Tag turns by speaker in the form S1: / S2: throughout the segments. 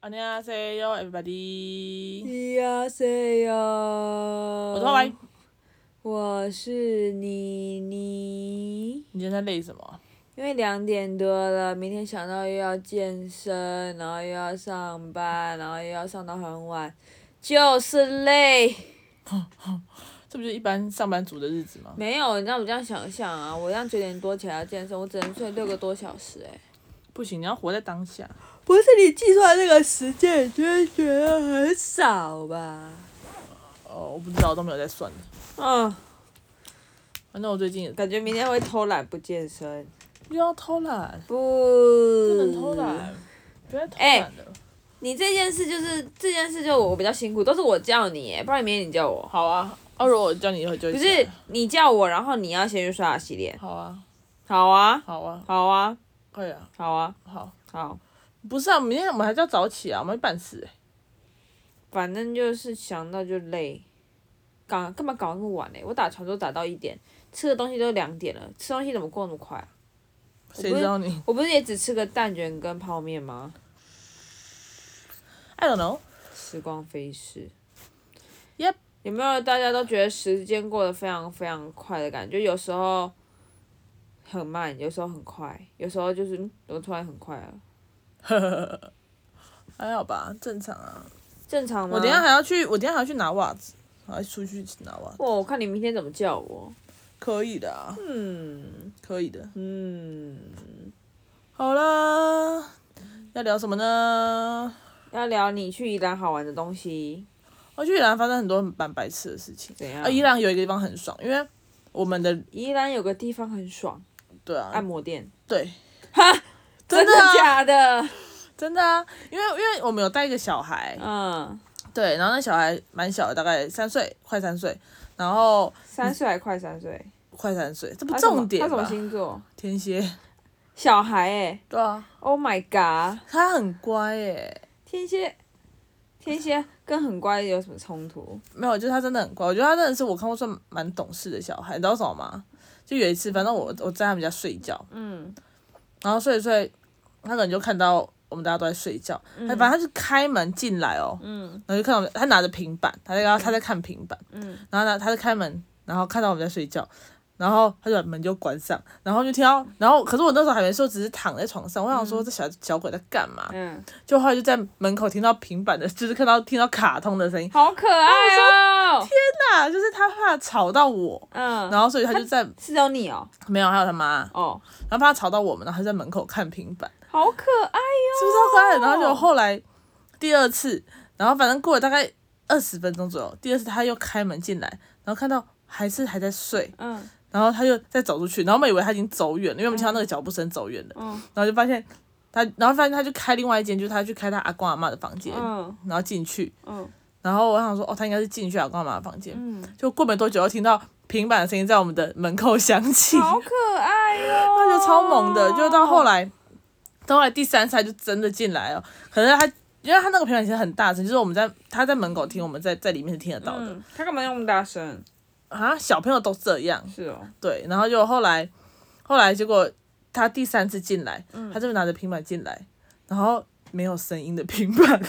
S1: 안녕하세요 everybody。
S2: 咿呀塞呀，
S1: 我
S2: 我
S1: 是花白。
S2: 我是妮妮。
S1: 你今天在累什么？
S2: 因为两点多了，明天想到又要健身，然后又要上班，然后又要上到很晚，就是累。
S1: 这不就是一般上班族的日子吗？
S2: 没有，你让我这样想想啊，我这样九点多起来要健身，我只能睡六个多小时、欸，
S1: 不行，你要活在当下。
S2: 不是你计算那个时间，你就会觉得很少吧？
S1: 哦，我不知道，我都没有在算的。
S2: 嗯，
S1: 反正我最近也
S2: 感觉明天会偷懒不健身。
S1: 又要偷懒，
S2: 不，
S1: 不
S2: 不
S1: 能偷懒，不要再偷懒
S2: 哎
S1: 了。
S2: 你这件事就是这件事，就我比较辛苦，都是我叫你耶，不然明天你叫我。
S1: 好啊，啊，如果我叫你以后就
S2: 不
S1: 不
S2: 是你叫我，然后你要先去刷牙洗脸。
S1: 好啊，
S2: 好啊，
S1: 好啊，
S2: 好啊，
S1: 可以啊，
S2: 好啊，
S1: 好。
S2: 好，
S1: 不是啊，明天我们还是要早起啊，我们会办事、欸。
S2: 反正就是想到就累，搞干嘛搞那么晚嘞？我打球都打到一点，吃的东西都两点了，吃东西怎么过那么快啊？
S1: 谁知道你
S2: 我不是也只吃个蛋卷跟泡面吗？
S1: ？I don't know。
S2: 时光飞逝。
S1: Yep
S2: 有没有大家都觉得时间过得非常非常快的感觉？有时候很慢，有时候很快，有时候就是嗯怎么突然很快了？
S1: 还好吧，正常啊。
S2: 正常吗？
S1: 我等一下还要去，我等一下还要去拿袜子，还要出去拿袜子。
S2: 哇，我看你明天怎么叫我。
S1: 可以的啊，
S2: 嗯
S1: 可以的。
S2: 嗯，
S1: 好啦，要聊什么呢？
S2: 要聊你去宜兰好玩的东西，
S1: 我去宜兰发生很多很蛮白痴的事情。
S2: 怎样？
S1: 啊，宜兰有一个地方很爽，因为我们的
S2: 宜兰有个地方很爽，
S1: 对啊
S2: 按，摩店。
S1: 对，
S2: 真
S1: 真的啊
S2: 假的？
S1: 真的啊，因为因为我们有带一个小孩，
S2: 嗯，
S1: 对，然后那小孩蛮小的，大概三岁，快三岁，然后
S2: 三岁还快三岁。
S1: 快三岁，这不
S2: 他什么
S1: 重点
S2: 他什么
S1: 吧？
S2: 星座？
S1: 天蝎，
S2: 小孩哎、
S1: 对啊，
S2: Oh my god！
S1: 他很乖耶、
S2: 天蝎，天蝎跟很乖有什么冲突？
S1: 没有，就是他真的很乖，我觉得他真的是我看过算蛮懂事的小孩，你知道什么吗？就有一次，反正我我在他们家睡觉，
S2: 嗯，
S1: 然后睡一睡，他可能就看到我们大家都在睡觉，他反正他就开门进来哦，然后就看到我们，他拿着平板，他在他在看平板，然后呢，他就开门，然后看到我们在睡觉。然后他就把门就关上，然后就听到，然后可是我那时候还没睡，只是躺在床上，我想说这小小鬼在干嘛？
S2: 嗯，
S1: 就后来就在门口听到平板的，就是看到听到卡通的声音，
S2: 好可爱哦。
S1: 啊，就是他怕吵到我，
S2: 嗯，
S1: 然后所以他就在
S2: 是有你哦，
S1: 没有还有他妈，
S2: 哦，
S1: 然后怕他吵到我们，然后他就在门口看平板，
S2: 好可爱哟、
S1: 是不是超可爱的？然后就后来第二次，然后反正过了大概二十分钟左右，第二次他又开门进来，然后看到还是还在睡，
S2: 嗯
S1: 然后他又再走出去，然后我们以为他已经走远了，因为我们听到那个脚步声走远了，
S2: 嗯
S1: 然后就发现他，然后发现他就开另外一间，就是他去开他阿公阿妈的房间，
S2: 嗯
S1: 然后进去，
S2: 嗯
S1: 然后我想说哦，他应该是进去阿公阿妈的房间，
S2: 嗯，
S1: 就过没多久又听到平板的声音在我们的门口响起，
S2: 好哦可爱哦哟、
S1: 他就超猛的，就到后来，到后来第三次他就真的进来了。可是他，因为他那个平板其实很大声，就是我们在他在门口听，我们在在里面是听得到的。
S2: 嗯，他干嘛用那么大声？
S1: 啊，小朋友都这样，
S2: 是哦，
S1: 对。然后就后来，后来结果他第三次进来，
S2: 嗯
S1: 他就拿着平板进来，然后没有声音的平 板，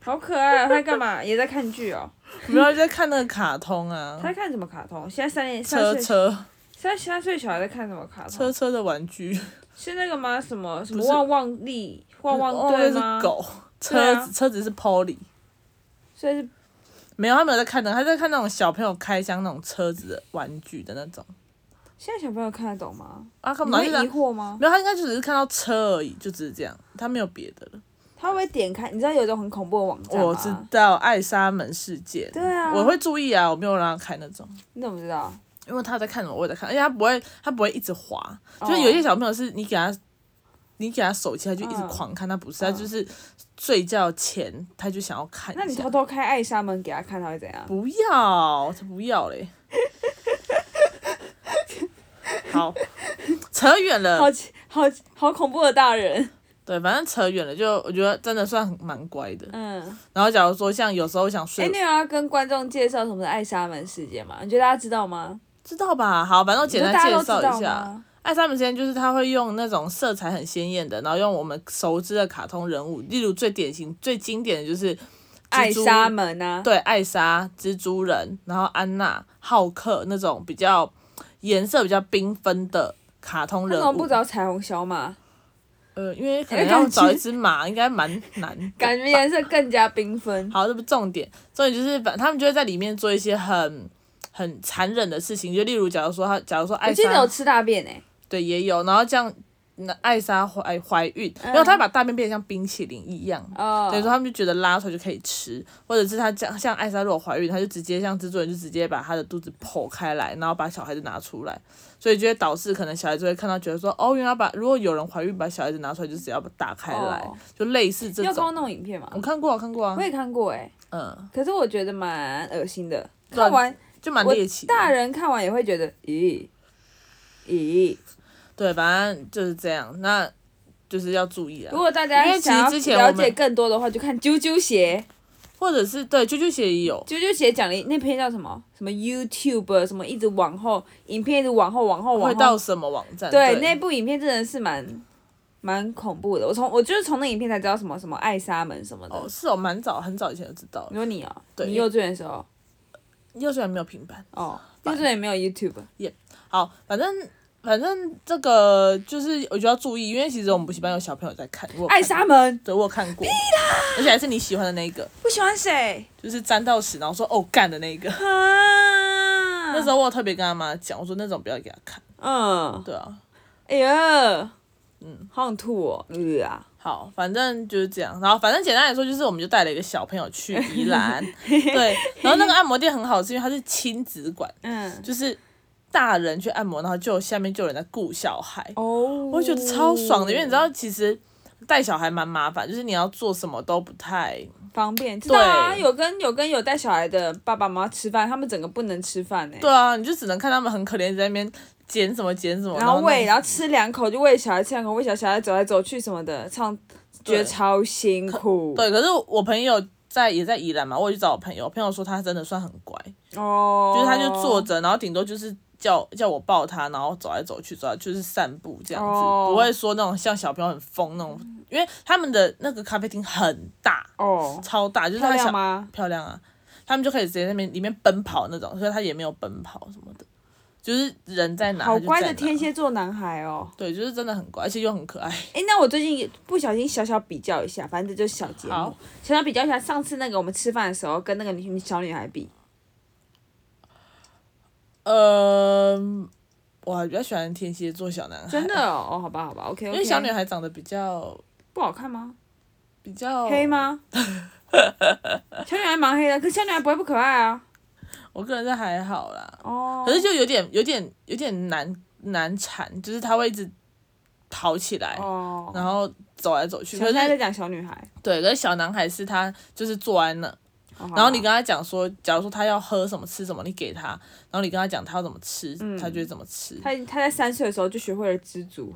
S2: 好可爱、哦。他干 嘛？也在看剧哦。
S1: 没有在看那个卡通啊
S2: 他，在看什么卡通？现在三年三
S1: 车
S2: 岁，
S1: 车
S2: 现在三岁小孩在看什么卡
S1: 车
S2: 通？
S1: 车的玩具，
S2: 是那个吗？什么什么
S1: 不是
S2: 旺旺力旺旺
S1: 哦，
S2: 队
S1: 那
S2: 吗？
S1: 是，狗，
S2: 对
S1: 车
S2: 啊
S1: 子车子是 Polly。
S2: 所以是
S1: 没有，他没有在看的，他在看那种小朋友开箱那种车子的玩具的那种。
S2: 现在小朋友看得懂吗？
S1: 啊，看
S2: 你
S1: 不懂，
S2: 会
S1: 就
S2: 疑
S1: 是他
S2: 惑吗？
S1: 没有，他应该就只是看到车而已，就只是这样，他没有别的了。
S2: 他会不会点开？你知道有一种很恐怖的网站吗？
S1: 我知道艾莎门事件，
S2: 对啊
S1: 我会注意啊，我没有让他开那种，
S2: 你怎么知道？
S1: 因为他在看什么我也在看，而且他不会，他不会一直滑，
S2: 哦
S1: 就是有一些小朋友是你给他。你给他手机，他就一直
S2: 嗯
S1: 狂看。他不是，
S2: 嗯
S1: 他就是睡觉前他就想要看一下。
S2: 那你偷偷开爱莎门给他看，他会怎样？
S1: 不要，才不要嘞！ 好，扯远了
S2: 好。奇好奇好恐怖的大人。
S1: 对，反正扯远了，就我觉得真的算很蛮乖的。
S2: 嗯，
S1: 然后假如说像有时候想
S2: 哎、
S1: 睡，
S2: 你有要跟观众介绍什么是爱莎门事件吗？你觉得大家知道吗？
S1: 知道吧？好，反正我简
S2: 你觉得大
S1: 单
S2: 家都
S1: 介
S2: 知
S1: 绍
S2: 道
S1: 一下。
S2: 吗？
S1: 爱三本时间就是他会用那种色彩很鲜艳的，然后用我们熟知的卡通人物，例如最典型、最经典的就是
S2: 爱
S1: 蜘蛛
S2: 沙门啊，
S1: 对艾莎、蜘蛛人，然后安娜、浩克那种比较颜色比较缤纷的卡通
S2: 那
S1: 人
S2: 种
S1: 物
S2: 不。找彩虹小马，
S1: 呃，因为可
S2: 因为
S1: 能要
S2: 感觉
S1: 找一只马，应该蛮难的。
S2: 感觉颜色更加缤纷。
S1: 好，这不重点，重点就是反他们就会在里面做一些很很残忍的事情，就例如假如说他，假如说
S2: 我
S1: 艾
S2: 记得
S1: 莎
S2: 有吃大便哎，
S1: 对也有，然后这样那艾莎怀怀孕，然后她把大便变得像冰淇淋一样。
S2: 嗯哦，
S1: 等于说他们就觉得拉出来就可以吃，或者是她像像艾莎如果怀孕，她就直接像制作人就直接把她的肚子剖开来，然后把小孩子拿出来，所以就会导致可能小孩子会看到觉得说哦，原来把如果有人怀孕把小孩子拿出来就只要把打开来，
S2: 哦
S1: 就类似这
S2: 你有看
S1: 种。
S2: 过那种影片吗？
S1: 我看过啊，我看过啊
S2: 我，也看过哎，
S1: 嗯，
S2: 可是我觉得蛮恶心的。
S1: 对啊
S2: 看完
S1: 就蛮
S2: 我
S1: 猎奇的。
S2: 大人看完也会觉得，咦咦。
S1: 对，反正就是这样，那就是要注意
S2: 如
S1: 啊，
S2: 果大家
S1: 因为其实
S2: 想要
S1: 之前我
S2: 了
S1: 们
S2: 解更多的话，就看啾啾鞋。
S1: 或者是对啾啾鞋也有，
S2: 啾啾鞋讲了一那篇叫什么什么 YouTube 什么一直往后，影片一直往后往后
S1: 会
S2: 往
S1: 到
S2: 后。
S1: 什么网站？
S2: 对，
S1: 对，
S2: 那部影片真的是蛮蛮恐怖的。我从我就是从那影片才知道什么什么爱沙门什么的。
S1: 哦是哦，蛮早，很早以前就知道了。
S2: 你说你哦，
S1: 对
S2: 你幼稚园的时候
S1: 幼稚园没有平板，
S2: 哦，幼稚园没有 YouTube。
S1: 好，反正反正这个就是我就要注意，因为其实我们补习班有小朋友在看，我有
S2: 爱
S1: 看
S2: 沙门，
S1: 对我有看过，而且还是你喜欢的那一个，
S2: 不喜欢谁
S1: 就是沾到屎然后说哦干的那一个。
S2: 啊？
S1: 那时候我有特别跟他妈讲，我说那种不要给他看。
S2: 嗯，
S1: 对啊，
S2: 哎呀，嗯，好想吐哦，呃啊，
S1: 好，反正就是这样。然后反正简单来说，就是我们就带了一个小朋友去宜 兰，对。然后那个按摩店很好，是因为它是亲子馆，
S2: 嗯，
S1: 就是大人去按摩，然后就有下面就有人在顾小孩。
S2: 哦，
S1: 我觉得超爽的，因为你知道，其实带小孩蛮麻烦，就是你要做什么都不太
S2: 方便，知道啊，
S1: 对
S2: 有跟有跟有带小孩的爸爸妈妈吃饭，他们整个不能吃饭欸呢、
S1: 对啊，你就只能看他们很可怜在那边捡什么捡什么，
S2: 然后喂，
S1: 那
S2: 然后吃两口就喂小孩吃两口，喂小小孩走来走去什么的，唱觉得超辛苦。
S1: 对，可是我朋友在也在宜兰嘛，我也去找我朋友，朋友说他真的算很乖，
S2: 哦，
S1: 就是他就坐着，然后顶多就是。叫叫我抱他，然后走来走去，走来就是散步这样子
S2: 哦嗯
S1: 不会说那种像小朋友很疯那种，因为他们的那个咖啡厅很大，
S2: 哦，
S1: 超大，就是
S2: 漂
S1: 他
S2: 亮
S1: 小
S2: 吗？
S1: 漂亮啊，他们就可以直接在那边里面奔跑那种，所以他也没有奔跑什么的，就是人在哪
S2: 好
S1: 他就
S2: 乖
S1: 在
S2: 的
S1: 哪
S2: 天，蝎座男孩哦。
S1: 对，就是真的很乖，而且又很可爱。
S2: 哎、那我最近也不小心小小比较一下，反正这就是小节目
S1: 好，
S2: 小小比较一下上次那个我们吃饭的时候跟那个女小女孩比，
S1: 呃，我还比较喜欢天蝎座小男孩，
S2: 真的，哦，哦好吧好吧，OK OK。
S1: 因为小女孩长得比较
S2: 不好看吗？
S1: 比较
S2: 黑？吗？ 小女孩蛮黑的，可是小女孩不会不可爱啊。
S1: 我个人是还好啦，
S2: 哦，
S1: 可是就有点有点有点难难缠，就是他会一直跑起来。
S2: 哦，
S1: 然后走来走去，
S2: 小
S1: 可
S2: 女孩在
S1: 是
S2: 讲小女孩。
S1: 对，可是小男孩是他就是坐在那，
S2: 哦
S1: 然后你跟他讲说，假如说他要喝什么吃什么，你给他，然后你跟他讲他要怎么吃，
S2: 嗯
S1: 他就会怎么吃。
S2: 好她她在三岁的时候就学会了知足。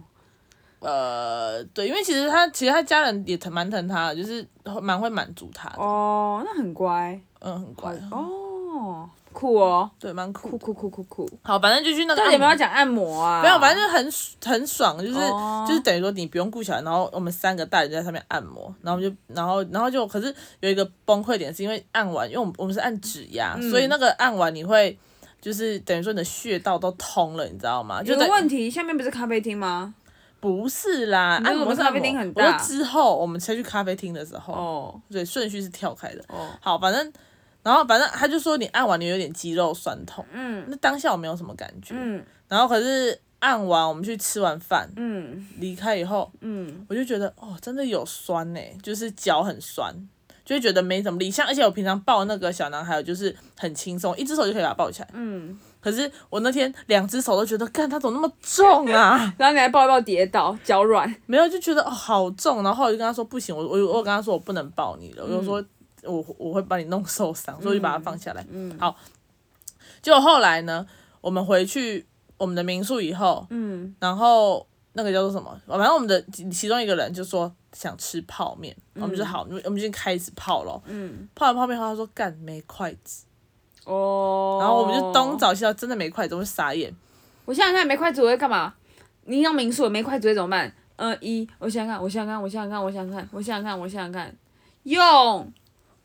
S1: 呃，对，因为其实他其实他家人也疼蛮疼他的，就是蛮会满足他的，
S2: 哦，那很乖。
S1: 嗯，很啊乖，嗯
S2: 哦，酷哦，
S1: 对，蛮
S2: 酷
S1: 酷。
S2: 酷酷酷酷。
S1: 好，反正就去那个
S2: 到
S1: 按摩，
S2: 底有没有讲按摩啊？
S1: 没有，反正就很很爽，就是、
S2: 哦
S1: 就是等于说你不用顾小孩，然后我们三个大人在上面按摩，然后我们就然后然后就可是有一个崩溃点是因为按完，因为我们我们是按指压，
S2: 嗯
S1: 所以那个按完你会。就是等于说你的穴道都通了，你知道吗？就
S2: 有个
S1: 等
S2: 问题，下面不是咖啡厅吗？
S1: 不是啦，
S2: 你
S1: 按
S2: 说
S1: 摩
S2: 我们
S1: 是
S2: 咖
S1: 按
S2: 啡
S1: 摩。
S2: 厅很
S1: 我说
S2: 大
S1: 之后我们先去咖啡厅的时候，
S2: 哦
S1: 对，顺序是跳开的。
S2: 哦，
S1: 好，反正，然后反正他就说你按完你有点肌肉酸痛，嗯，那当下我没有什么感觉，
S2: 嗯
S1: 然后可是按完我们去吃完饭
S2: 嗯
S1: 离开以后，
S2: 嗯，
S1: 我就觉得哦，真的有酸呢、就是脚很酸。就会觉得没怎么力，像而且我平常抱那个小男孩，就是很轻松，一只手就可以把他抱起来。
S2: 嗯，
S1: 可是我那天两只手都觉得，干他怎么那么重啊？
S2: 然后你还抱一抱跌倒，脚软。
S1: 没有，就觉得哦好重，然后我就跟他说不行，我我我有跟他说我不能抱你了，
S2: 嗯
S1: 我就说我我会把你弄受伤，所以我就把它放下来。
S2: 嗯
S1: 好，结果后来呢，我们回去我们的民宿以后，
S2: 嗯，
S1: 然后那个叫做什么，反正我们的其其中一个人就说想吃泡面，我们就好，我们就开始泡咯。
S2: 嗯，
S1: 泡完泡面后，他说干没筷子，
S2: 哦。
S1: 然后我们就东。找西找，真的没筷子，我就傻眼。
S2: 我想想看，没筷子我会干嘛？你要民宿也没快追怎么办？呃，一，我想想看，我想想看，我想想看，我想想看，我想想看，我想想看，用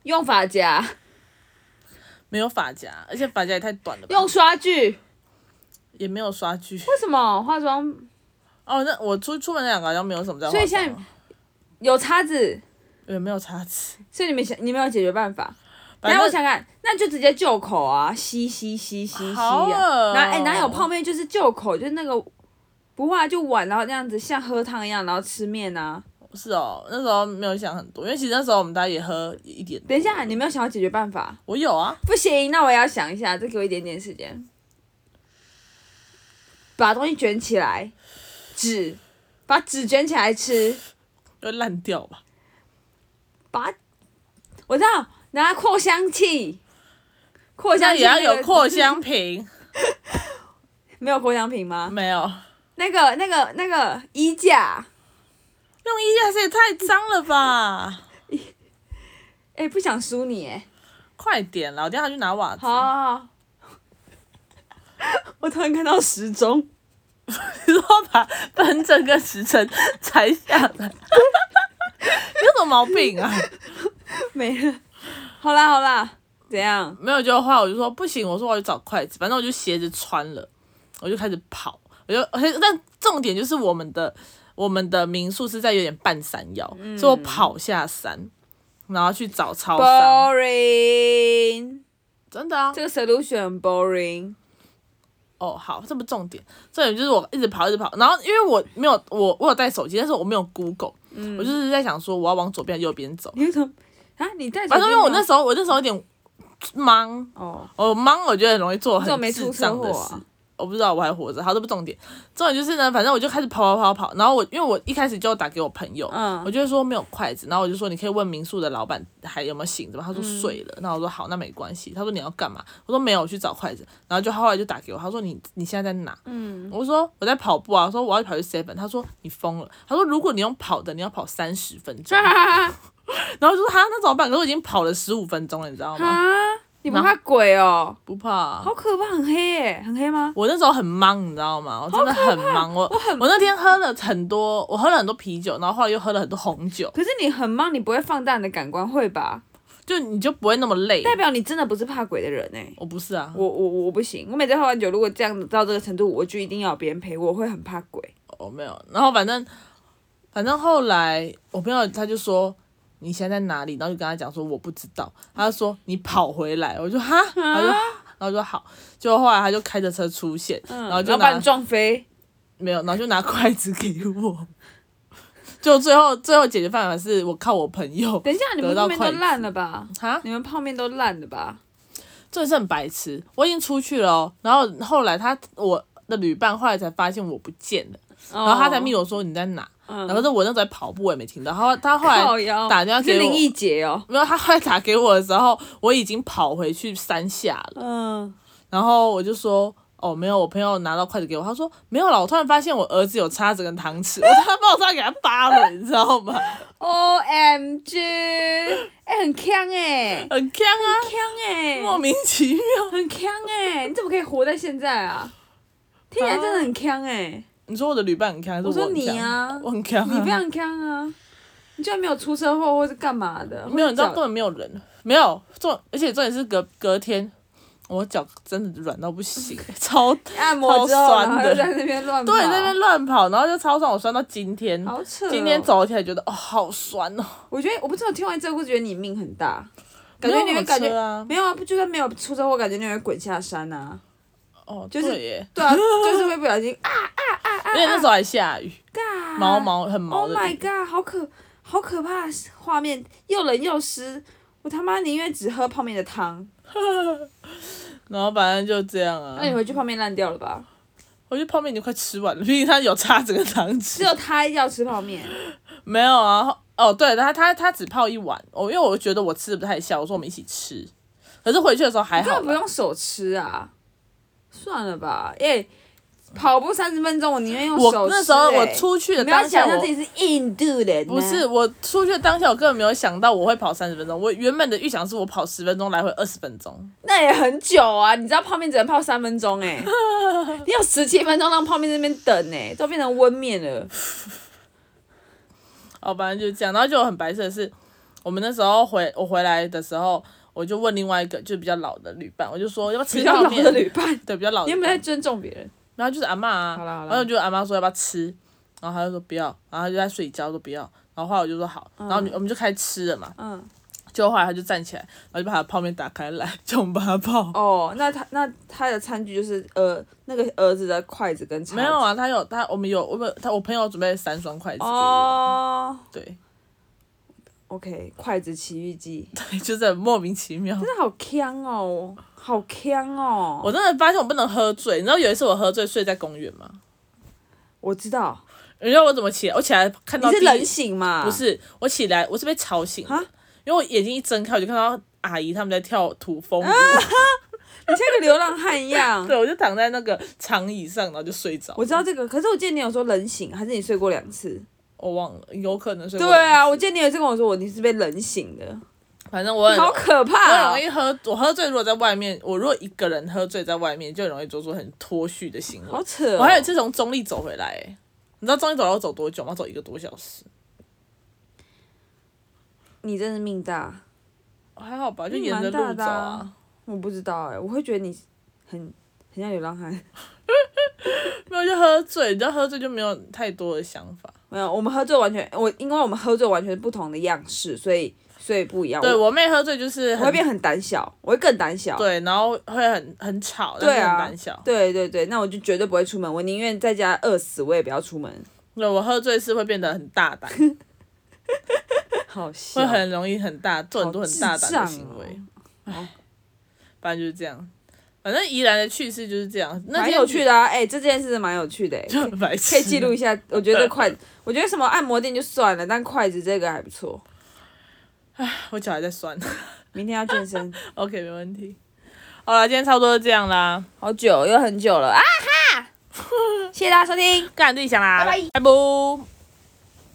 S2: 用发夹，
S1: 没有发夹，而且发夹也太短了吧，
S2: 用刷具，
S1: 也没有刷具。
S2: 为什么化妆
S1: 哦，那我出出门那两个好像没有什么在化
S2: 所
S1: 妆
S2: 以
S1: 啊，
S2: 现在有叉子？
S1: 也没有差池。
S2: 所以你没想，你没有解决办法。
S1: 反
S2: 然
S1: 正
S2: 后我想看，那就直接就口啊，吸吸吸吸吸
S1: 好恶
S2: 啊。
S1: 哦
S2: 哪哎、哪有泡面就是就口，就是那个不化就碗，然后那样子像喝汤一样，然后吃面啊。
S1: 是哦，那时候没有想很多，因为其实那时候我们大家也喝一点。
S2: 等一下，你没有想要解决办法，
S1: 我有啊，
S2: 不行，那我也要想一下，再给我一点点时间，把东西卷起来，纸，把纸卷起来吃，
S1: 会烂掉吧？
S2: 把，我知道，拿扩香器，扩香
S1: 那
S2: 器
S1: 也要
S2: 那个
S1: 有扩，香瓶，
S2: 没有扩香瓶吗？
S1: 没有
S2: 那个、那个、那个衣架，
S1: 用衣架是也太脏了吧？
S2: 哎、不想输你哎，
S1: 快点啦，我等一下去拿瓦子
S2: 好。好好， 我突然看到时钟，
S1: 你说把分针 跟时辰裁下来， 你有什么毛病啊？
S2: 没了，好啦好啦，怎样？
S1: 没有就的话，我就说不行，我说我去找筷子，反正我就鞋子穿了，我就开始跑，我就而且但重点就是我们的我们的民宿是在有点半山腰，
S2: 嗯
S1: 所以我跑下山，然后去找超商，
S2: Boring，
S1: 真的啊，
S2: 这个 solution 很 boring，
S1: 哦好，这不重点，重点就是我一直跑一直跑，然后因为我没有我我有带手机，但是我没有 Google，、我就是在想说我要往左边还是右边走，
S2: 嗯你为什么啊？你带手
S1: 反
S2: 机
S1: 正因
S2: 吗？
S1: 为我那时候我那时候有点忙，
S2: 哦，
S1: 我忙，我觉得很容易做
S2: 你怎么
S1: 很
S2: 没
S1: 智
S2: 出车
S1: 障
S2: 祸
S1: 的事
S2: 啊。？
S1: 我不知道我还活着，好，这不重点，重点就是呢，反正我就开始跑跑跑跑，然后我因为我一开始就打给我朋友，
S2: 嗯
S1: 我就会说没有筷子，然后我就说你可以问民宿的老板还有没有醒着吧，他
S2: 嗯
S1: 说睡了，那、我说好，那没关系，他说你要干嘛？我说没有，我去找筷子，然后就后来就打给我，他说你你现在在哪？
S2: 嗯，
S1: 我说我在跑步啊，我说我要跑去 seven，他说你疯了，他说如果你用跑的，你要跑三十分 钟，
S2: 哈
S1: 然后我就说哈那怎么办？可是我已经跑了十五分钟了，你知道吗？
S2: 哈，你不怕鬼哦？
S1: 不怕啊、
S2: 好可怕，很黑耶，很黑吗？
S1: 我那时候很忙，你知道吗？我哦真的很忙，我我那天喝了很多，我喝了很多啤酒，然后后来又喝了很多红酒，
S2: 可是你很忙，你不会放大你的感官，会吧？
S1: 就你就不会那么累。
S2: 代表你真的不是怕鬼的人哎。
S1: 我不是啊，
S2: 我我我不行，我每次喝完酒，如果这样子到这个程度，我就一定要有别人陪我，我会很怕鬼。
S1: 我没有。然后反正反正后来我朋友他就说你现在在哪里，然后就跟他讲说我不知道，他就说你跑回来，我就哈，然后就然后就好，结果后来他就开着车出现，然嗯后就
S2: 要把
S1: 拿
S2: 你撞飞，
S1: 没有，然后就拿筷子给我。 就最后最后解决办法是我靠我朋友
S2: 等一下，你们
S1: 得到
S2: 泡面都
S1: 快
S2: 烂了吧？
S1: 哈，
S2: 你们泡面都烂了吧？
S1: 真的是很白痴。我已经出去了、哦，然后后来他我的旅伴后来才发现我不见了，
S2: 然
S1: 然后他才密我说你在哪，
S2: 哦嗯
S1: 然后我那时候在跑步我也没听到，他他后来
S2: 靠腰
S1: 打电话给
S2: 是
S1: 我
S2: 林忆杰哦，
S1: 没有，他后来打给我的时候，我已经跑回去山下了，
S2: 嗯，
S1: 然后我就说。哦，没有，我朋友拿到筷子给我，他说没有了。我突然发现我儿子有叉子跟汤 匙，我他妈我差点给他扒了，你知道吗？
S2: O M G，哎、很呛哎、很
S1: 很呛啊，
S2: 呛哎、
S1: 莫名其妙。
S2: 很呛哎、你怎么可以活在现在啊？听起来真的很呛哎、
S1: 你说我的旅伴很呛，还是
S2: 我说
S1: 很
S2: 你
S1: 呛
S2: 啊
S1: 我很呛、啊，
S2: 你非常呛啊，你居然没有出车祸或是干嘛的？
S1: 没有，你知道
S2: 或者
S1: 根本没有人，没有重，而且重点是隔隔天，我脚真的软到不 行，超对
S2: 按摩之
S1: 超
S2: 后，
S1: 酸
S2: 然后
S1: 的
S2: 又在那边乱跑
S1: 在那边乱跑，然后就超酸，我酸到今天，
S2: 啊好扯、哦。
S1: 今天，走起来觉得哦好酸哦，
S2: 我觉得我不知道听完这个故事，觉得你命很大，感觉
S1: 没
S2: 你
S1: 有
S2: 会
S1: 什么
S2: 感
S1: 车
S2: 觉
S1: 啊，
S2: 没有啊，不就算没有出车祸，感觉你会滚下山啊。
S1: 哦
S2: 就是
S1: 对耶，
S2: 对啊，就是会不小心啊
S1: 而且那时候还下雨，
S2: 嘎，
S1: 毛毛很毛
S2: Oh
S1: 的
S2: my
S1: 雨，
S2: god，好可好可怕的画面，又冷又湿，我他妈宁愿只喝泡面的汤。
S1: 然后反正就这样啊
S2: 那，你回去泡面烂掉了吧？
S1: 我觉得泡面已经快吃完了，毕竟它有叉子跟糖
S2: 只
S1: 吃，
S2: 有他要吃泡面，
S1: 没有啊，哦对，他他他只泡一碗，哦因为我觉得我吃的不太下，我说我们一起吃，可是回去的时候还
S2: 根
S1: 好
S2: 本不
S1: 啦，
S2: 用手吃啊。算了吧，耶、跑步三十分钟，我宁愿用
S1: 我
S2: 手、欸。
S1: 那时候我出去的
S2: 你不要
S1: 当下
S2: 想
S1: 我，
S2: 象自己是印度人、啊
S1: 不是，我出去的当下，我根本没有想到我会跑三十分钟。我原本的预想是我跑十分钟来回二十分钟，
S2: 那也很久啊！你知道泡面只能泡三分钟哎、 你有十七分钟让泡面在那边等哎、都变成温面了。
S1: 哦，反正就是这样。然后就很白色的是，我们那时候回我回来的时候，我就问另外一个就比较老的旅伴，我就说要不要
S2: 比
S1: 吃
S2: 较
S1: 泡
S2: 老
S1: 面
S2: 的旅伴，
S1: 对比较老的
S2: 你有
S1: 旅
S2: 没有在
S1: 伴，
S2: 尊重别人？
S1: 然后就是阿嬷啊，
S2: 好啦好啦
S1: 然后就阿妈说要不要吃，然后她就说不要，然后她就在睡觉说不要，然后后来我就说好，然后我们就我们就开始吃了嘛，
S2: 嗯，
S1: 结果后来她就站起来，然后就把她的泡面打开来，叫我们把它泡。
S2: 哦，那他那他的餐具就是呃那个儿子的筷子跟叉子。
S1: 没有啊，她有她我们有我们她我朋友准备了三双筷子给我，
S2: 哦
S1: 对。
S2: ，OK，筷子奇遇记，
S1: 就是很莫名其妙。
S2: 真的好香哦，好香哦。
S1: 我真的发现我不能喝醉，你知道有一次我喝醉睡在公园吗？
S2: 我知道，
S1: 你知道我怎么起来？我起来 看
S2: 你
S1: 到
S2: 是
S1: 第一
S2: 人醒啊嘛？
S1: 不，是，我起来我是被吵醒的
S2: 啊，
S1: 因为我眼睛一睁开我就看到阿姨他们在跳土风舞，
S2: 啊你像个流浪汉一样。
S1: 对，我就躺在那个长椅上，然后就睡着。
S2: 我知道这个，可是我记得你有说冷醒，还是你睡过两次？
S1: 我忘了，有可能睡过
S2: 对
S1: 头。
S2: 啊，我记得你有一次跟我说我你是被冷醒的，
S1: 反正我很
S2: 好可
S1: 我
S2: 怕、啊哦
S1: 很容易喝，我喝醉如果在外面，我如果一个人喝醉在外面，就很容易做出很脱序的行为。
S2: 好扯、哦。
S1: 我还有一次从中立走回来、欸你知道中立走要走多久吗？走一个多小时。
S2: 你真是命大，
S1: 还好吧，就
S2: 你
S1: 沿着
S2: 蛮大
S1: 路
S2: 的
S1: 走
S2: 啊
S1: 啊。
S2: 我不知道哎、我会觉得你很很像流浪汉。
S1: 没有就喝醉，你知道喝醉就没有太多的想法。
S2: 没有，我们喝醉完全我，因为我们喝醉完全不同的样式，所以所以不一样。
S1: 对
S2: 啊我
S1: 我妹喝醉就是
S2: 我会
S1: 很
S2: 变很胆小，我会更胆小。
S1: 对，然后会很很吵，但
S2: 对
S1: 是很
S2: 啊
S1: 胆小。
S2: 对对对，那我就绝对不会出门，我宁愿在家饿死，我也不要出门。
S1: 对，我喝醉是会变得很大胆，
S2: 好笑
S1: 会，很容易很大做很多很大胆
S2: 好
S1: 的
S2: 智障
S1: 行
S2: 哦
S1: 为。
S2: 哦
S1: 反正就是这样，反正宜兰的趣事就是这样。那
S2: 蛮
S1: 天
S2: 有趣的啊！哎、这件事蛮有趣的、哎
S1: 就很白痴，
S2: 可以记录一下。我觉得筷，我觉得什么按摩店就算了，但筷子这个还不错。
S1: 我脚还在酸。
S2: 明天要健身，
S1: OK，没问题。好了，今天差不多就这样啦，
S2: 好久又很久了啊哈！谢谢大家收听，
S1: 干自己想啦，
S2: 拜拜
S1: 拜拜。